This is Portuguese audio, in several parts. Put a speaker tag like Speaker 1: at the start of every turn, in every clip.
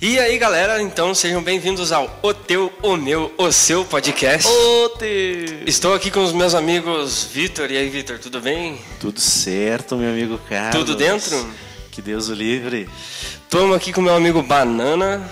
Speaker 1: E aí, galera, então sejam bem-vindos ao O Teu, O Meu, O Seu podcast.
Speaker 2: Ô, Deus.
Speaker 1: Estou aqui com os meus amigos Vitor. E aí, Vitor, tudo bem?
Speaker 3: Tudo certo, meu amigo Carlos.
Speaker 1: Tudo dentro?
Speaker 3: Que Deus o livre.
Speaker 1: Estamos aqui com meu amigo Banana.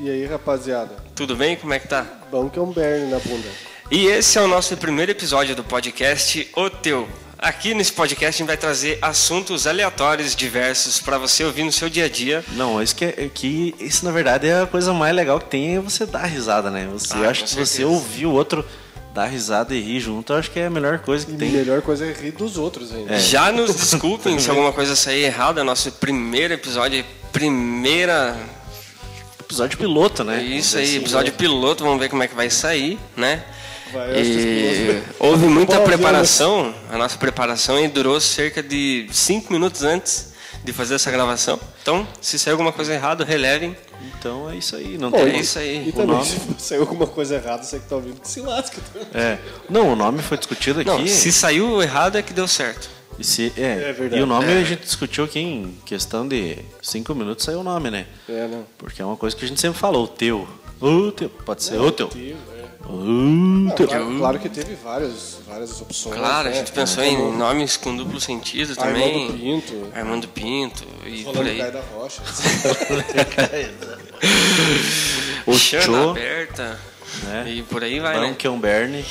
Speaker 4: E aí, rapaziada?
Speaker 1: Tudo bem? Como é que tá?
Speaker 4: Bom que é um berne na bunda.
Speaker 1: E esse é o nosso primeiro episódio do podcast O Teu. Aqui nesse podcast a gente vai trazer assuntos aleatórios, diversos, para você ouvir no seu dia a dia.
Speaker 3: Não, isso que, é, que isso na verdade é a coisa mais legal que tem é você dar risada, né? Você
Speaker 1: Ah,
Speaker 3: eu acho
Speaker 1: com
Speaker 3: que se você
Speaker 1: certeza.
Speaker 3: ouvir o outro dar risada e rir junto, eu acho que é a melhor coisa que
Speaker 4: E
Speaker 3: tem.
Speaker 4: melhor coisa é rir dos outros ainda.
Speaker 1: Já nos desculpem se alguma coisa sair errada, É nosso primeiro episódio, primeira.
Speaker 3: Episódio piloto, né?
Speaker 1: É isso
Speaker 3: Vamos
Speaker 1: aí,
Speaker 3: dizer
Speaker 1: episódio piloto, vamos ver como é que vai sair, né?
Speaker 4: Vai, eu acho que né?
Speaker 1: E
Speaker 4: explosão.
Speaker 1: houve muita
Speaker 4: Bom,
Speaker 1: preparação, a nossa preparação aí durou cerca de 5 minutos antes de fazer essa gravação. Então, se sair alguma coisa errada, relevem.
Speaker 3: assim. Então é isso aí, não
Speaker 1: É
Speaker 3: tem.
Speaker 1: isso
Speaker 4: E
Speaker 1: aí.
Speaker 4: também,
Speaker 3: nome?
Speaker 4: se saiu alguma coisa errada, você que tá ouvindo, que se lasca. também.
Speaker 3: É. Não, o nome foi discutido aqui.
Speaker 1: Não, se saiu errado é que deu certo.
Speaker 3: E se- é.
Speaker 4: É verdade.
Speaker 3: E o nome a gente discutiu aqui em questão de cinco minutos saiu o nome, né?
Speaker 4: É, né?
Speaker 3: Porque é uma coisa que a gente sempre falou, o teu. O teu. Pode ser o teu.
Speaker 4: Teve, é.
Speaker 3: O
Speaker 4: Não,
Speaker 3: teu.
Speaker 4: claro, claro que teve várias, várias opções.
Speaker 1: Claro, a
Speaker 4: né?
Speaker 1: gente pensou em nomes com duplo sentido também.
Speaker 4: Armando Pinto.
Speaker 1: Armando Pinto e por
Speaker 4: Rolando Caio
Speaker 1: aí.
Speaker 4: da Rocha. assim.
Speaker 3: O
Speaker 1: Chana
Speaker 3: Cho,
Speaker 1: aberta.
Speaker 3: né?
Speaker 1: E por aí vai,
Speaker 3: Barão
Speaker 1: né?
Speaker 3: Berne.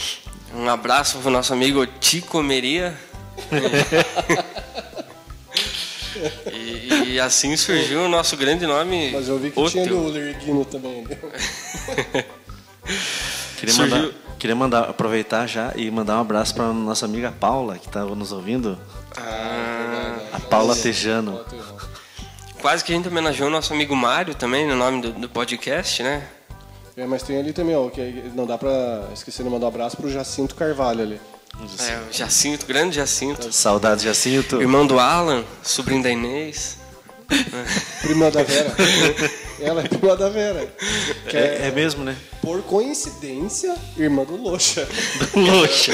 Speaker 1: Um abraço pro nosso amigo Tico Meria. e, e assim surgiu o nosso grande nome.
Speaker 4: Mas eu vi que
Speaker 1: O
Speaker 4: tinha
Speaker 1: Teu. É.
Speaker 4: do Lerguino também. né?
Speaker 3: Queria
Speaker 1: Surgiu-
Speaker 3: mandar, queria mandar, aproveitar já e mandar um abraço para nossa amiga Paula, que estava nos ouvindo.
Speaker 1: Ah,
Speaker 3: a Paula Tejano.
Speaker 1: Quase que a gente homenageou o nosso amigo Mário também, no nome do, do podcast, né?
Speaker 4: É, mas tem ali também, ó, que não dá pra esquecer de mandar um abraço pro Jacinto Carvalho ali.
Speaker 1: É,
Speaker 3: assim-
Speaker 1: o Jacinto, grande Jacinto.
Speaker 3: Saudades, Jacinto.
Speaker 1: Irmão do Alan, sobrinho da Inês.
Speaker 4: Prima da Vera. Ela é prima da Vera. Que é,
Speaker 3: É, é mesmo, né?
Speaker 4: por coincidência, irmã do Loxa.
Speaker 3: Loxa.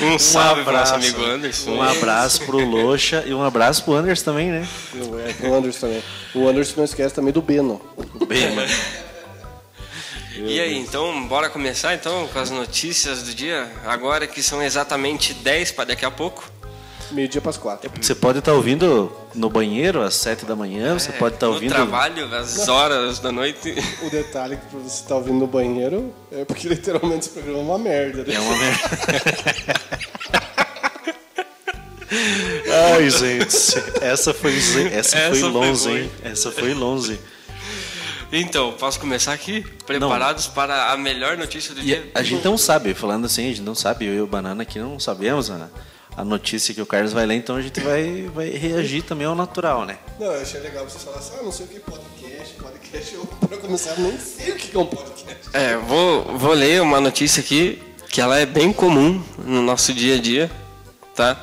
Speaker 1: Um salve pro nosso
Speaker 3: abraço.
Speaker 1: amigo Anderson.
Speaker 3: Um abraço pro Loxa e um abraço pro Anders também, né?
Speaker 4: Não, é pro Anderson também. O Anderson não esquece também do Beno.
Speaker 3: Bem, mano.
Speaker 1: E aí, então, bora começar então com as notícias do dia, agora que são exatamente 10 para daqui a pouco.
Speaker 4: Meio-dia pras quatro.
Speaker 3: Você pode estar ouvindo no banheiro às sete da manhã, você
Speaker 1: É,
Speaker 3: pode estar
Speaker 1: no
Speaker 3: ouvindo.
Speaker 1: trabalho, às horas da noite.
Speaker 4: É, O detalhe que você tá ouvindo no banheiro é porque literalmente esse programa é uma merda. né?
Speaker 3: É uma merda. Ai, gente, essa foi, ze- essa
Speaker 1: Essa
Speaker 3: foi
Speaker 1: foi
Speaker 3: longe,
Speaker 1: boa,
Speaker 3: hein? Essa foi longe.
Speaker 1: Então, posso começar aqui? Preparados para a melhor notícia do
Speaker 3: E
Speaker 1: dia?
Speaker 3: a gente não sabe, falando assim, a gente não sabe, eu e o Banana aqui não sabemos a, a notícia que o Carlos vai ler, então a gente vai, vai reagir também ao natural, né?
Speaker 4: Não, eu achei legal vocês falarem assim, ah, não sei o que é podcast, podcast, eu pra começar nem sei o que é um podcast.
Speaker 1: É, vou, vou ler uma notícia aqui que ela é bem comum no nosso dia a dia, tá?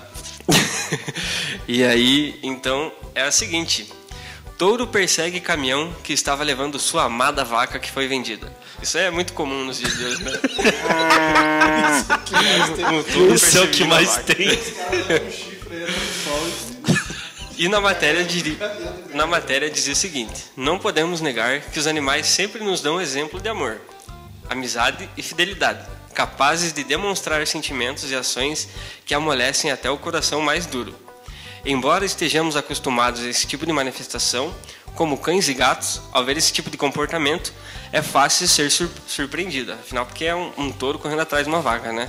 Speaker 1: e aí, então, é a seguinte: touro persegue caminhão que estava levando sua amada vaca que foi vendida. Isso é muito comum nos dias de hoje, né? Um touro
Speaker 3: é
Speaker 1: perseguindo a vaca.
Speaker 3: tem.
Speaker 4: Um chifre aí no sol
Speaker 1: E na matéria, diri- na matéria dizia o seguinte: Não podemos negar que os animais sempre nos dão exemplo de amor, amizade e fidelidade, capazes de demonstrar sentimentos e ações que amolecem até o coração mais duro. Embora estejamos acostumados a esse tipo de manifestação, como cães e gatos, ao ver esse tipo de comportamento, é fácil ser sur- surpreendida, afinal, porque é um, um touro correndo atrás de uma vaca, né?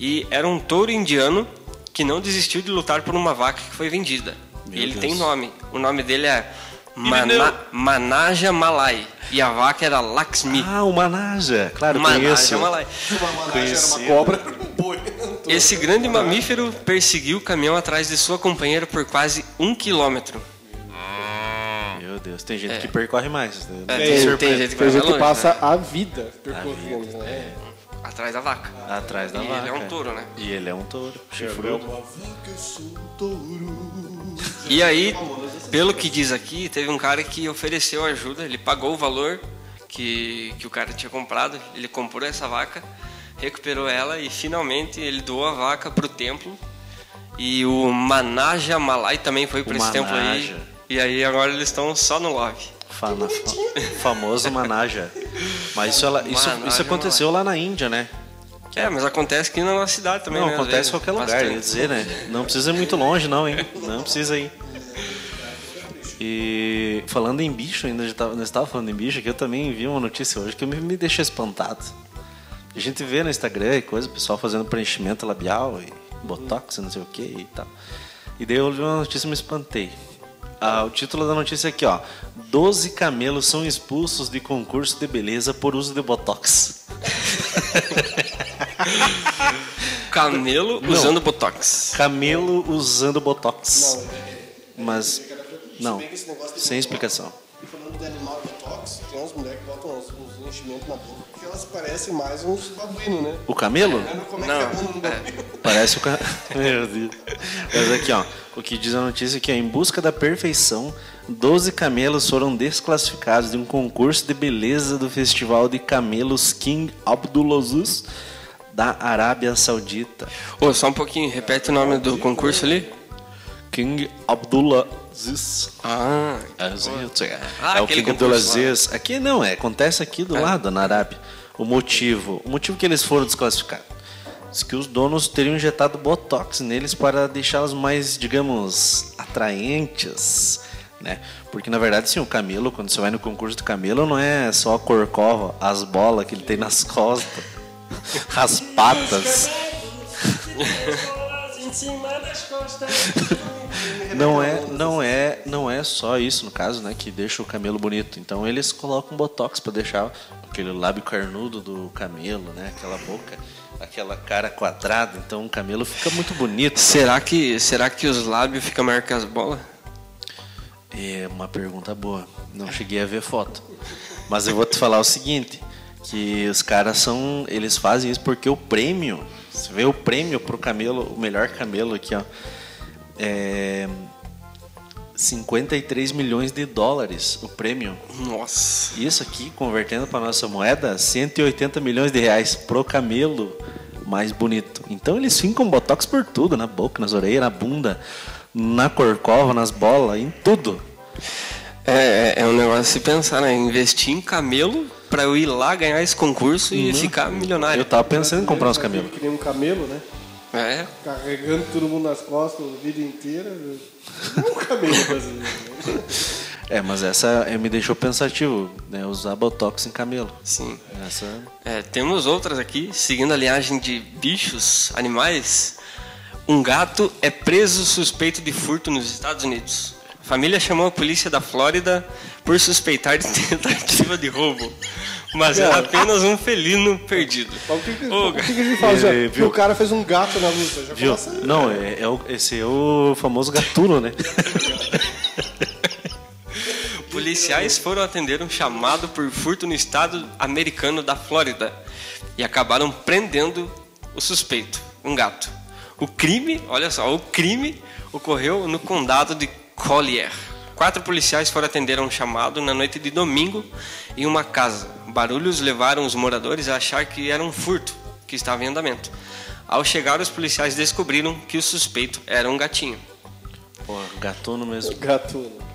Speaker 1: E era um touro indiano que não desistiu de lutar por uma vaca que foi vendida.
Speaker 3: Meu
Speaker 1: e ele
Speaker 3: Deus.
Speaker 1: tem nome. O nome dele é Mana, Manaja Malai. E a vaca era Lakshmi.
Speaker 3: Ah, o Manaja, claro, conheço.
Speaker 1: Manaja é um Malai.
Speaker 4: é Uma managem era
Speaker 3: Conhecido.
Speaker 4: uma cobra, um boi.
Speaker 1: Esse grande mamífero perseguiu o caminhão atrás de sua companheira por quase um quilômetro.
Speaker 3: Meu Deus, tem gente que percorre mais. né?
Speaker 1: É,
Speaker 3: Tem
Speaker 1: tem,
Speaker 3: surpresa.
Speaker 1: tem gente que vai
Speaker 4: Tem gente
Speaker 1: longe,
Speaker 4: que passa
Speaker 1: né?
Speaker 4: a vida percorrendo, né?
Speaker 1: atrás da vaca.
Speaker 3: Atrás da
Speaker 1: E ele
Speaker 3: vaca.
Speaker 1: é um touro, né?
Speaker 3: E ele é um touro. Chifrudo.
Speaker 1: E aí, pelo que diz aqui, teve um cara que ofereceu ajuda, ele pagou o valor que, que o cara tinha comprado, ele comprou essa vaca, recuperou ela e finalmente ele doou a vaca pro templo. E o Manaja Malai também foi para
Speaker 3: O
Speaker 1: esse templo aí.
Speaker 3: Manaja.
Speaker 1: E aí agora eles estão só no love.
Speaker 3: Fa- na- fa- famoso manaja. Mas isso, ela- isso-
Speaker 1: Manaja
Speaker 3: isso aconteceu lá na Índia, né?
Speaker 1: É, mas acontece aqui na nossa cidade também,
Speaker 3: não,
Speaker 1: né? às
Speaker 3: acontece
Speaker 1: vezes,
Speaker 3: em qualquer lugar,
Speaker 1: bastante.
Speaker 3: ia dizer, né? Não precisa ir muito longe, não, hein? Não precisa ir. E falando em bicho, ainda já tava, nós estava falando em bicho, que eu também vi uma notícia hoje que me, me deixou espantado. A gente vê no Instagram e coisa, o pessoal fazendo preenchimento labial e botox, e não sei o que e tal. E daí eu li uma notícia e me espantei. Ah, o título da notícia é aqui, ó. 12 camelos são expulsos de concurso de beleza por uso de botox.
Speaker 1: Camelo
Speaker 3: Não.
Speaker 1: usando botox.
Speaker 3: Camelo usando botox.
Speaker 4: Não, é- é-
Speaker 3: Mas. Não.
Speaker 4: bem que esse negócio tem- um
Speaker 3: Sem explicação.
Speaker 4: E falando de animal botox, tem umas mulheres que botam uns, uns enchimentos na boca que elas parecem mais uns babuíno, né?
Speaker 3: O camelo?
Speaker 4: Lembra como é
Speaker 1: Não,
Speaker 4: que é a bunda do babuíno?
Speaker 3: Parece o camelo. Meu Deus. Mas aqui, ó. O que diz a notícia aqui, ó. Em busca da perfeição, 12 camelos foram desclassificados de um concurso de beleza do festival de camelos King Abdulaziz da Arábia Saudita.
Speaker 1: Ô, só um pouquinho, repete o nome do concurso ali.
Speaker 3: King Abdulaziz.
Speaker 1: Ah,
Speaker 3: é
Speaker 1: Ah,
Speaker 3: o
Speaker 1: aquele concurso
Speaker 3: King Abdulaziz. Aqui não, é. Acontece aqui do lado, na Arábia. O motivo. O motivo que eles foram desclassificados. Diz que os donos teriam injetado botox neles para deixá-los mais, digamos, atraentes. Né? Porque na verdade, sim, o camelo, quando você vai no concurso do camelo, não é só a corcova, as bolas que ele tem nas costas, as patas.
Speaker 2: em cima das costas.
Speaker 3: Não é, não é, não é só isso no caso, né, que deixa o camelo bonito. Então eles colocam botox pra deixar aquele lábio carnudo do camelo, né, aquela boca, aquela cara quadrada. Então o camelo fica muito bonito.
Speaker 1: será que, será que os lábios ficam maior que as bolas?
Speaker 3: É uma pergunta boa. Não cheguei a ver foto, mas eu vou te falar o seguinte, que os caras são, eles fazem isso porque o prêmio, você vê o prêmio pro camelo, o melhor camelo aqui, ó, é 53 milhões de dólares o prêmio.
Speaker 1: Nossa.
Speaker 3: Isso aqui, convertendo para nossa moeda, 180 milhões de reais pro camelo mais bonito. Então eles ficam botox por tudo, na boca, nas orelhas, na bunda, na corcova, nas bolas, em tudo.
Speaker 1: É, é, é um negócio a se pensar, né? Investir em camelo pra eu ir lá ganhar esse concurso e ficar
Speaker 3: Eu
Speaker 1: milionário.
Speaker 3: tava pensando em comprar uns camelos.
Speaker 4: Que nem um camelo, né?
Speaker 1: É,
Speaker 4: Carregando todo mundo nas costas a vida inteira. né? Não é um camelo brasileiro. né?
Speaker 3: É, mas essa é, me deixou pensativo, né? Usar botox em camelo.
Speaker 1: sim.
Speaker 3: Essa
Speaker 1: É, temos outras aqui, seguindo a linhagem de bichos, animais. Um gato é preso suspeito de furto nos Estados Unidos. Família chamou a polícia da Flórida por suspeitar de tentativa de roubo. Mas era
Speaker 4: Cara.
Speaker 1: apenas um felino perdido.
Speaker 4: Mas o que, que,
Speaker 1: Ô,
Speaker 4: o que, que a gente fala já?
Speaker 3: Viu?
Speaker 4: Que o cara fez um gato na luta. Já
Speaker 3: Viu?
Speaker 4: começa-
Speaker 3: Não, é, é o- esse é o famoso gatuno, né?
Speaker 1: Policiais foram atender um chamado por furto no estado americano da Flórida e acabaram prendendo o suspeito, um gato. O crime, olha só, o crime ocorreu no condado de Collier. Quatro policiais foram atender a um chamado na noite de domingo em uma casa. Barulhos levaram os moradores a achar que era um furto que estava em andamento. Ao chegar, os policiais descobriram que o suspeito era um gatinho.
Speaker 3: Pô, gatuno mesmo.
Speaker 4: Gatuno.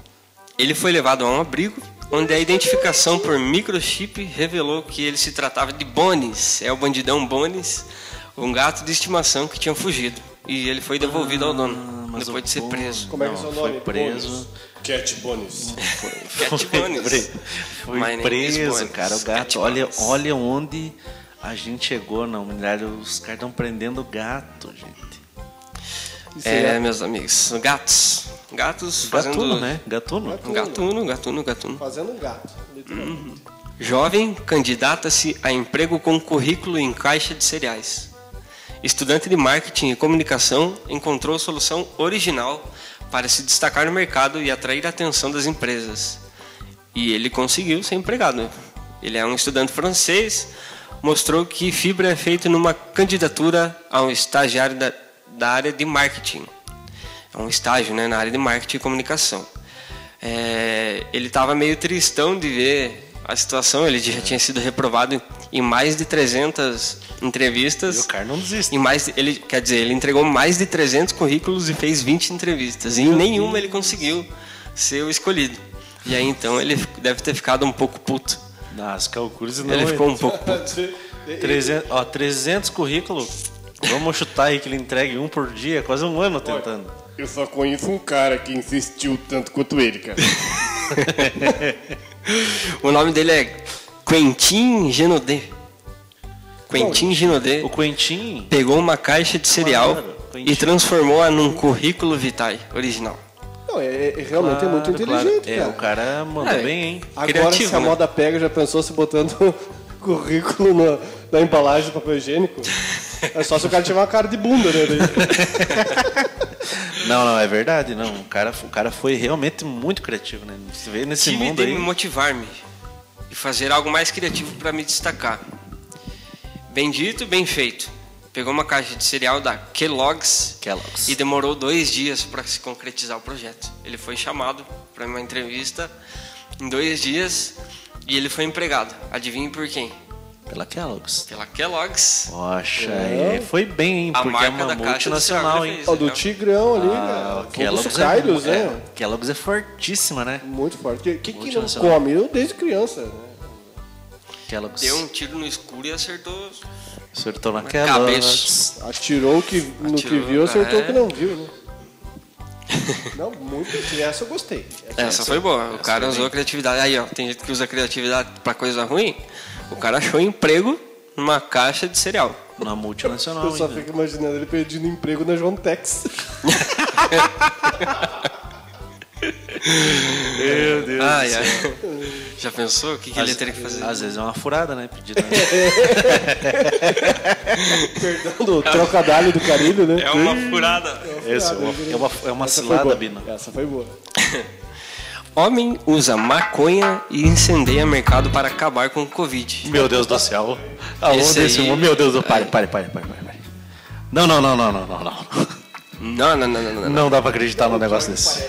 Speaker 1: Ele foi levado a um abrigo, onde a identificação por microchip revelou que ele se tratava de Bones, é o bandidão Bones, um gato de estimação que tinha fugido. E ele foi devolvido ao
Speaker 3: Ah,
Speaker 1: dono,
Speaker 3: mas
Speaker 1: depois
Speaker 3: o
Speaker 1: de ser
Speaker 3: Bones-
Speaker 1: preso.
Speaker 4: Como é que é
Speaker 3: Não,
Speaker 4: o seu nome?
Speaker 3: Foi preso.
Speaker 4: Cat Bones.
Speaker 1: Cat Bones.
Speaker 3: Foi
Speaker 1: My name is
Speaker 3: preso,
Speaker 1: Bones.
Speaker 3: cara. O
Speaker 1: Cat
Speaker 3: gato. Olha,
Speaker 1: Bones.
Speaker 3: olha onde a gente chegou na humanidade. Os caras estão prendendo o gato, gente.
Speaker 1: É, meus amigos, gatos. Gatos fazendo... um
Speaker 3: Gatuno, né? Gatuno.
Speaker 1: Gatuno, gatuno, gatuno.
Speaker 4: Fazendo um gato,
Speaker 3: Uhum.
Speaker 4: literalmente.
Speaker 1: Jovem candidata-se a emprego com currículo em caixa de cereais. Estudante de marketing e comunicação encontrou solução original para se destacar no mercado e atrair a atenção das empresas. E ele conseguiu ser empregado. Ele é um estudante francês, mostrou que fibra é feito numa candidatura a um estagiário da, da área de marketing. É um estágio né, na área de marketing e comunicação. É, ele estava meio tristão de ver a situação, ele
Speaker 3: É.
Speaker 1: já tinha sido reprovado em mais de 300
Speaker 3: E o
Speaker 1: entrevistas.
Speaker 3: cara não desiste.
Speaker 1: E mais, ele, quer dizer, ele entregou mais de 300 currículos e fez 20 entrevistas. E em nenhuma ele conseguiu ser o escolhido. E aí então ele deve ter ficado um pouco puto.
Speaker 3: Nas calculas não.
Speaker 1: Ele
Speaker 3: hein?
Speaker 1: ficou um pouco puto.
Speaker 3: 300, ó, 300 currículos. Vamos chutar aí que ele entregue um por dia, quase um ano tentando.
Speaker 2: Eu só conheço um cara que insistiu tanto quanto ele, cara.
Speaker 1: O nome dele é Quentin Genodet. Quentin Genodet
Speaker 3: O Quentin,
Speaker 1: pegou uma caixa de cereal
Speaker 3: Claro, Quentin.
Speaker 1: e transformou-a num currículo vitae original.
Speaker 4: Não, é, é- realmente é muito
Speaker 3: claro, claro.
Speaker 4: inteligente,
Speaker 3: É, o cara mandou
Speaker 1: É,
Speaker 3: bem, hein?
Speaker 4: Agora,
Speaker 1: criativo,
Speaker 4: se a
Speaker 1: né?
Speaker 4: moda pega, já pensou se botando currículo na, na embalagem do papel higiênico? É só se o cara tiver uma cara de bunda, né? daí.
Speaker 3: Não, não, é verdade, não. O cara, o cara foi realmente muito criativo, né? Você vê nesse
Speaker 1: Tive
Speaker 3: mundo
Speaker 1: de
Speaker 3: aí.
Speaker 1: me motivar-me e fazer algo mais criativo para me destacar. Bem dito, bem feito. Pegou uma caixa de cereal da Kellogg's,
Speaker 3: Kellogg's.
Speaker 1: e demorou dois dias para se concretizar o projeto. Ele foi chamado para uma entrevista em dois dias e ele foi empregado. Adivinhe por quem?
Speaker 3: Pela Kellogg's.
Speaker 1: Pela Kellogg's.
Speaker 3: Poxa, é, foi bem, hein?
Speaker 1: A
Speaker 3: Porque é
Speaker 1: marca da caixa
Speaker 3: uma
Speaker 1: de
Speaker 3: multinacional,
Speaker 1: cerveja
Speaker 3: hein?
Speaker 1: fez.
Speaker 4: Ó, do Tigrão ali, né?
Speaker 3: Ah,
Speaker 4: cara. Foi dos
Speaker 3: Kellogg's
Speaker 4: sucairos,
Speaker 3: é,
Speaker 4: né?
Speaker 3: é, Kellogg's é fortíssima, né?
Speaker 4: Muito forte. O que, que não
Speaker 3: Multinacional.
Speaker 4: come? Eu desde criança. né?
Speaker 3: Kellogg's.
Speaker 1: Deu um tiro no escuro e acertou.
Speaker 3: Acertou na
Speaker 1: Na
Speaker 3: Kellogg's.
Speaker 1: cabeça.
Speaker 4: Atirou o que, no que
Speaker 1: Atirou,
Speaker 4: viu, acertou o
Speaker 1: é.
Speaker 4: que não viu, né? Não, muito. Essa eu gostei.
Speaker 1: É, Essa foi boa. O cara usou a criatividade. Aí, ó, tem gente que usa a criatividade para coisa ruim. O cara achou emprego numa caixa de cereal.
Speaker 3: Na multinacional,
Speaker 1: É.
Speaker 4: Eu só
Speaker 3: ainda.
Speaker 4: fico imaginando ele pedindo emprego na João Tex.
Speaker 3: Meu Deus.
Speaker 1: Ai, ai. Já pensou? O que, que ele teria que fazer?
Speaker 3: Às vezes é uma furada, né? Pedido.
Speaker 4: Do trocadalho do Caribe, né?
Speaker 1: É uma furada.
Speaker 3: Essa é uma, é uma, é uma
Speaker 4: Essa foi boa.
Speaker 3: cilada, Bina.
Speaker 4: Essa foi boa.
Speaker 1: Homem usa maconha e incendeia mercado para acabar com o Covid.
Speaker 3: Meu Deus do céu. Aonde
Speaker 1: Esse
Speaker 3: esse,
Speaker 1: aí-
Speaker 3: mundo? Meu Deus do Pare, pare, pare, pare, pare. pare. Não, não, não, não, não, não, não.
Speaker 1: Não, não, não, não, não.
Speaker 3: Não dá pra acreditar num negócio desse.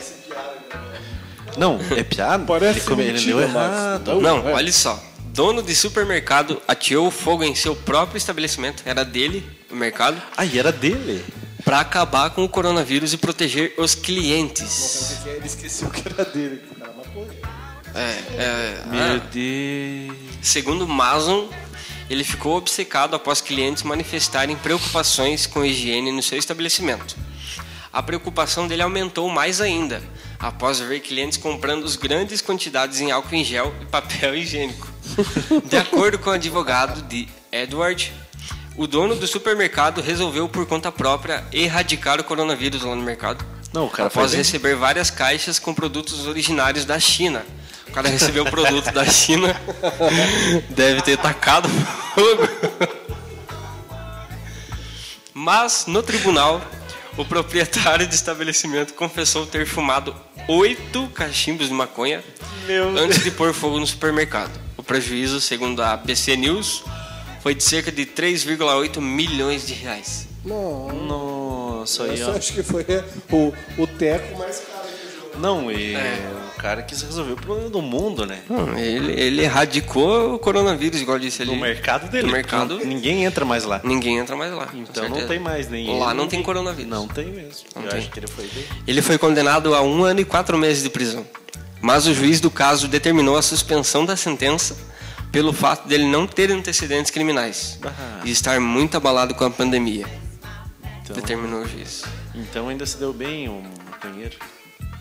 Speaker 3: Não, é piada?
Speaker 4: Parece
Speaker 3: ele, come- ele
Speaker 4: mentira,
Speaker 3: leu
Speaker 4: Max.
Speaker 3: errado.
Speaker 1: não. é. Não, olha só. Dono de supermercado ateou fogo em seu próprio estabelecimento. Era dele, o mercado.
Speaker 3: Aí era dele.
Speaker 1: para acabar com o coronavírus e proteger os clientes.
Speaker 4: Ele esqueceu que era dele. Cara, mas pô,
Speaker 1: É, é,
Speaker 3: Meu
Speaker 1: ah.
Speaker 3: Deus.
Speaker 1: Segundo Mason, ele ficou obcecado após clientes manifestarem preocupações com higiene no seu estabelecimento. A preocupação dele aumentou mais ainda após ver clientes comprando as grandes quantidades em álcool em gel e papel higiênico. De acordo com o advogado de Edward, o dono do supermercado resolveu por conta própria erradicar o coronavírus lá no mercado.
Speaker 3: Não, o cara
Speaker 1: após
Speaker 3: faz bem.
Speaker 1: receber várias caixas com produtos originários da China. O cara recebeu o produto da China, deve ter tacado fogo. Mas, no tribunal, o proprietário do estabelecimento confessou ter fumado oito cachimbos de maconha antes de pôr fogo no supermercado. O prejuízo, segundo a PC News, foi de cerca de 3,8 milhões de reais.
Speaker 4: Não,
Speaker 3: Nossa, aí,
Speaker 4: essa eu
Speaker 3: ó.
Speaker 4: acho que foi é, o, o teco mais caro. que eu joguei.
Speaker 3: Não, e
Speaker 1: É.
Speaker 3: o cara quis resolver o problema do mundo, né?
Speaker 1: Não, ele, ele erradicou o coronavírus, igual eu disse ali.
Speaker 3: No mercado dele.
Speaker 1: No mercado,
Speaker 3: Porque Ninguém entra mais lá.
Speaker 1: ninguém entra mais lá. com
Speaker 3: Então não
Speaker 1: certeza.
Speaker 3: tem mais nem
Speaker 1: Lá
Speaker 3: ele,
Speaker 1: não tem coronavírus.
Speaker 3: Não tem mesmo.
Speaker 1: Não
Speaker 3: Eu
Speaker 1: tem.
Speaker 3: acho que ele foi bem.
Speaker 1: Ele foi condenado a um ano e quatro meses de prisão. Mas o juiz do caso determinou a suspensão da sentença pelo fato dele não ter antecedentes criminais
Speaker 3: Ah.
Speaker 1: e estar muito abalado com a pandemia.
Speaker 3: Então-
Speaker 1: Determinou o juiz.
Speaker 3: Então ainda se deu bem o maconheiro.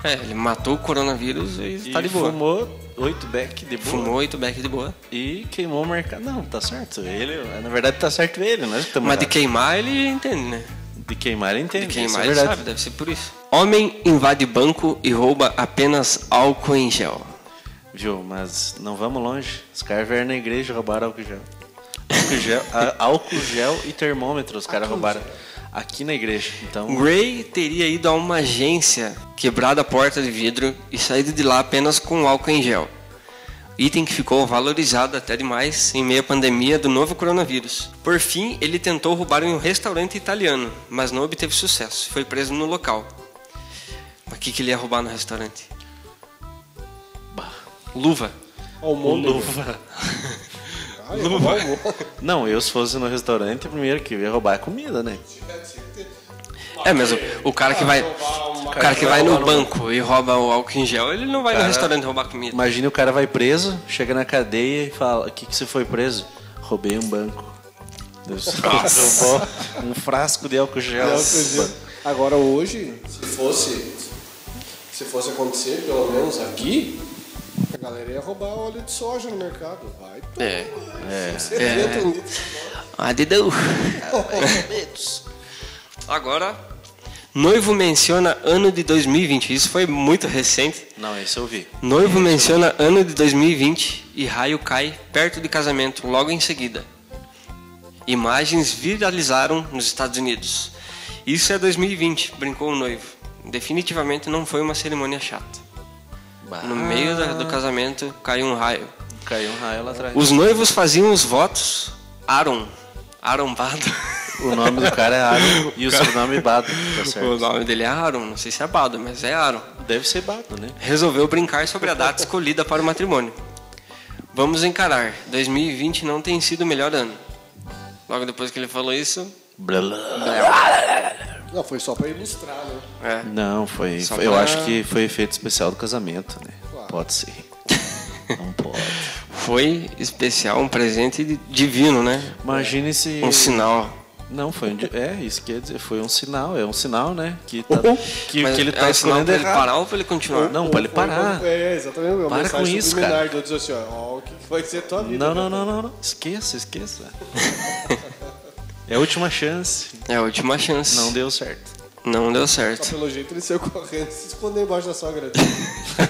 Speaker 1: É, ele matou o coronavírus e, tá
Speaker 3: E
Speaker 1: de boa. Fumou,
Speaker 3: Fumou oito beck de boa.
Speaker 1: oito beck de boa.
Speaker 3: E queimou o mercado. Não, tá certo. Ele, na verdade, tá certo ele, nós que estamos
Speaker 1: Mas de
Speaker 3: errados.
Speaker 1: queimar ele entende, né?
Speaker 3: de queimar ele entende.
Speaker 1: De quem
Speaker 3: isso
Speaker 1: mais
Speaker 3: é verdade.
Speaker 1: sabe, deve ser por isso. Homem invade banco e rouba apenas álcool em gel.
Speaker 3: Viu? Mas não vamos longe. Os caras vieram na igreja e roubaram álcool gel. Álcool gel, a- álcool gel e termômetro os caras roubaram. Aqui na igreja.
Speaker 1: Um
Speaker 3: Então,
Speaker 1: Gray teria ido a uma agência, quebrado a porta de vidro e saído de lá apenas com álcool em gel. Item que ficou valorizado até demais em meio à pandemia do novo coronavírus. Por fim, ele tentou roubar em um restaurante italiano, mas não obteve sucesso. Foi preso no local. Mas o que, que ele ia roubar no restaurante? Luva.
Speaker 4: Ó, o mundo.
Speaker 3: luva.
Speaker 4: Ai, ó, o mundo.
Speaker 3: Não, eu se fosse no restaurante, primeiro que eu ia roubar é comida, né?
Speaker 1: É mesmo. O cara que vai. O cara que vai no banco e rouba o álcool em gel, ele não vai no
Speaker 3: Cara-
Speaker 1: restaurante roubar comida.
Speaker 3: Imagina o cara vai preso, chega na cadeia e fala: O que, que você foi preso? Roubei um banco. Deus, roubou um frasco de álcool gel.
Speaker 4: Agora hoje,
Speaker 5: Se fosse, se fosse acontecer, pelo menos aqui,
Speaker 4: a galera ia roubar óleo de soja no mercado. Vai.
Speaker 1: É.
Speaker 4: Você tenta um litro.
Speaker 1: Adidão. Agora, noivo menciona ano de 2020. Isso foi muito recente.
Speaker 3: Não, esse eu vi.
Speaker 1: Noivo menciona ano de 2020 e raio cai perto de casamento logo em seguida. Imagens viralizaram nos Estados Unidos. Isso é 2020, brincou o noivo. Definitivamente não foi uma cerimônia chata.
Speaker 3: Ah.
Speaker 1: No meio da- do casamento caiu um raio.
Speaker 3: Caiu um raio lá atrás.
Speaker 1: Os noivos faziam os votos. Aaron. Arombado.
Speaker 3: O nome do cara é Aaron e o sobrenome é Bado. Tá
Speaker 1: O
Speaker 3: certo.
Speaker 1: nome dele é Aaron. Não sei se é Bado, mas é Aaron.
Speaker 3: Deve ser Bado, né?
Speaker 1: resolveu brincar sobre a data escolhida para o matrimônio. Vamos encarar. 2020 não tem sido o melhor ano. Logo depois que ele falou isso,
Speaker 3: Blá, blá.
Speaker 4: Não, foi só pra ilustrar, né?
Speaker 1: é.
Speaker 3: Não, foi.
Speaker 1: Só
Speaker 3: foi- eu
Speaker 1: pra-
Speaker 3: acho que foi efeito especial do casamento, né? Pode ser. Não pode.
Speaker 1: foi especial, um presente di- divino, né?
Speaker 3: Imagine se.
Speaker 1: Um sinal.
Speaker 3: Não, foi um. di- É, isso quer dizer, foi um sinal, é um sinal, né? Que, tá, que,
Speaker 1: Mas
Speaker 3: que ele tá
Speaker 1: é um sinal
Speaker 3: escolhendo
Speaker 1: pra ele
Speaker 3: errado.
Speaker 1: parar ou pra ele continuar?
Speaker 3: Não, pra ele
Speaker 4: Foi quando-
Speaker 3: parar.
Speaker 4: É, exatamente. Uma
Speaker 3: Para
Speaker 4: mensagem
Speaker 3: com isso,
Speaker 4: subliminar
Speaker 3: cara.
Speaker 4: do outro assim, ó, ó, o que vai ser tua vida.
Speaker 3: Não, não, não, não, não. Esqueça, esqueça. É a última chance.
Speaker 1: É a última chance.
Speaker 3: Não deu certo.
Speaker 1: Não deu
Speaker 4: Só
Speaker 1: certo.
Speaker 4: pelo jeito ele saiu correndo, se escondeu embaixo da sogra.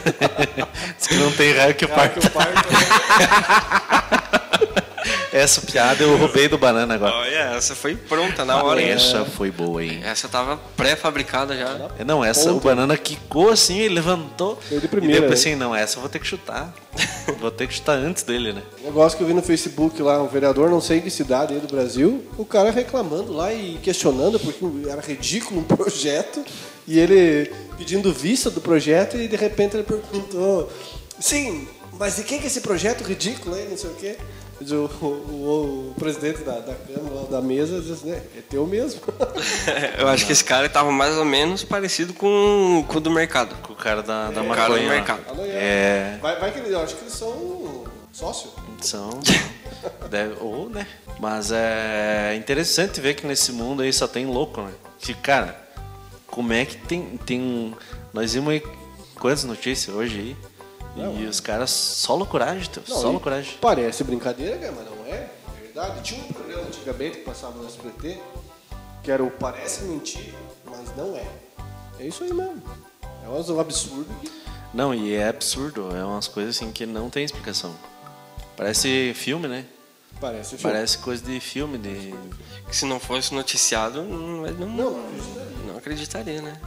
Speaker 3: Diz que não tem raio que
Speaker 4: Cara, que
Speaker 3: parta.
Speaker 4: o tá parto
Speaker 3: Essa piada eu roubei do banana agora.
Speaker 1: Olha, essa foi pronta na hora. hein?
Speaker 3: Essa foi boa, hein?
Speaker 1: Essa tava pré-fabricada já.
Speaker 3: É, Não, essa, o banana quicou assim, ele levantou.
Speaker 4: Deu de primeira,
Speaker 3: e eu
Speaker 4: né?
Speaker 3: pensei, não, essa eu vou ter que chutar. vou ter que chutar antes dele, né?
Speaker 4: Um negócio que eu vi no Facebook lá, um vereador, não sei de cidade aí do Brasil, o cara reclamando lá e questionando porque era ridículo um projeto e ele pedindo vista do projeto e de repente ele perguntou: Sim, mas de quem que é esse projeto ridículo aí, não sei o quê? Diz O, o, o- o presidente da, da Câmara, lá da mesa, disse, né? É teu mesmo.
Speaker 1: Eu acho que esse cara tava mais ou menos parecido com, com o do mercado.
Speaker 3: Com o cara da, da
Speaker 1: cara do
Speaker 3: maconha. lá.
Speaker 1: mercado.
Speaker 3: É.
Speaker 4: Vai, vai que ele, eu acho que eles são sócio.
Speaker 3: São. deve- ou, né? Mas é interessante ver que nesse mundo aí só tem louco, né? Que, cara, como é que tem. tem um- Nós vimos aí quantas notícias hoje aí? E os caras só loucuragem, teu, só
Speaker 4: é. e
Speaker 3: loucuragem.
Speaker 4: Parece brincadeira, né, mas não é. É verdade. Tinha um programa antigamente que passava no SBT, que era o Parece Mentir, mas não é. É isso aí mesmo. É um absurdo. que-
Speaker 3: Não, e é absurdo, é umas coisas assim que não tem explicação. Parece filme, né?
Speaker 4: Parece filme.
Speaker 3: Parece coisa de filme, de.
Speaker 1: Que se não fosse noticiado, não, não,
Speaker 4: Não, não acreditaria.
Speaker 1: não acreditaria, né?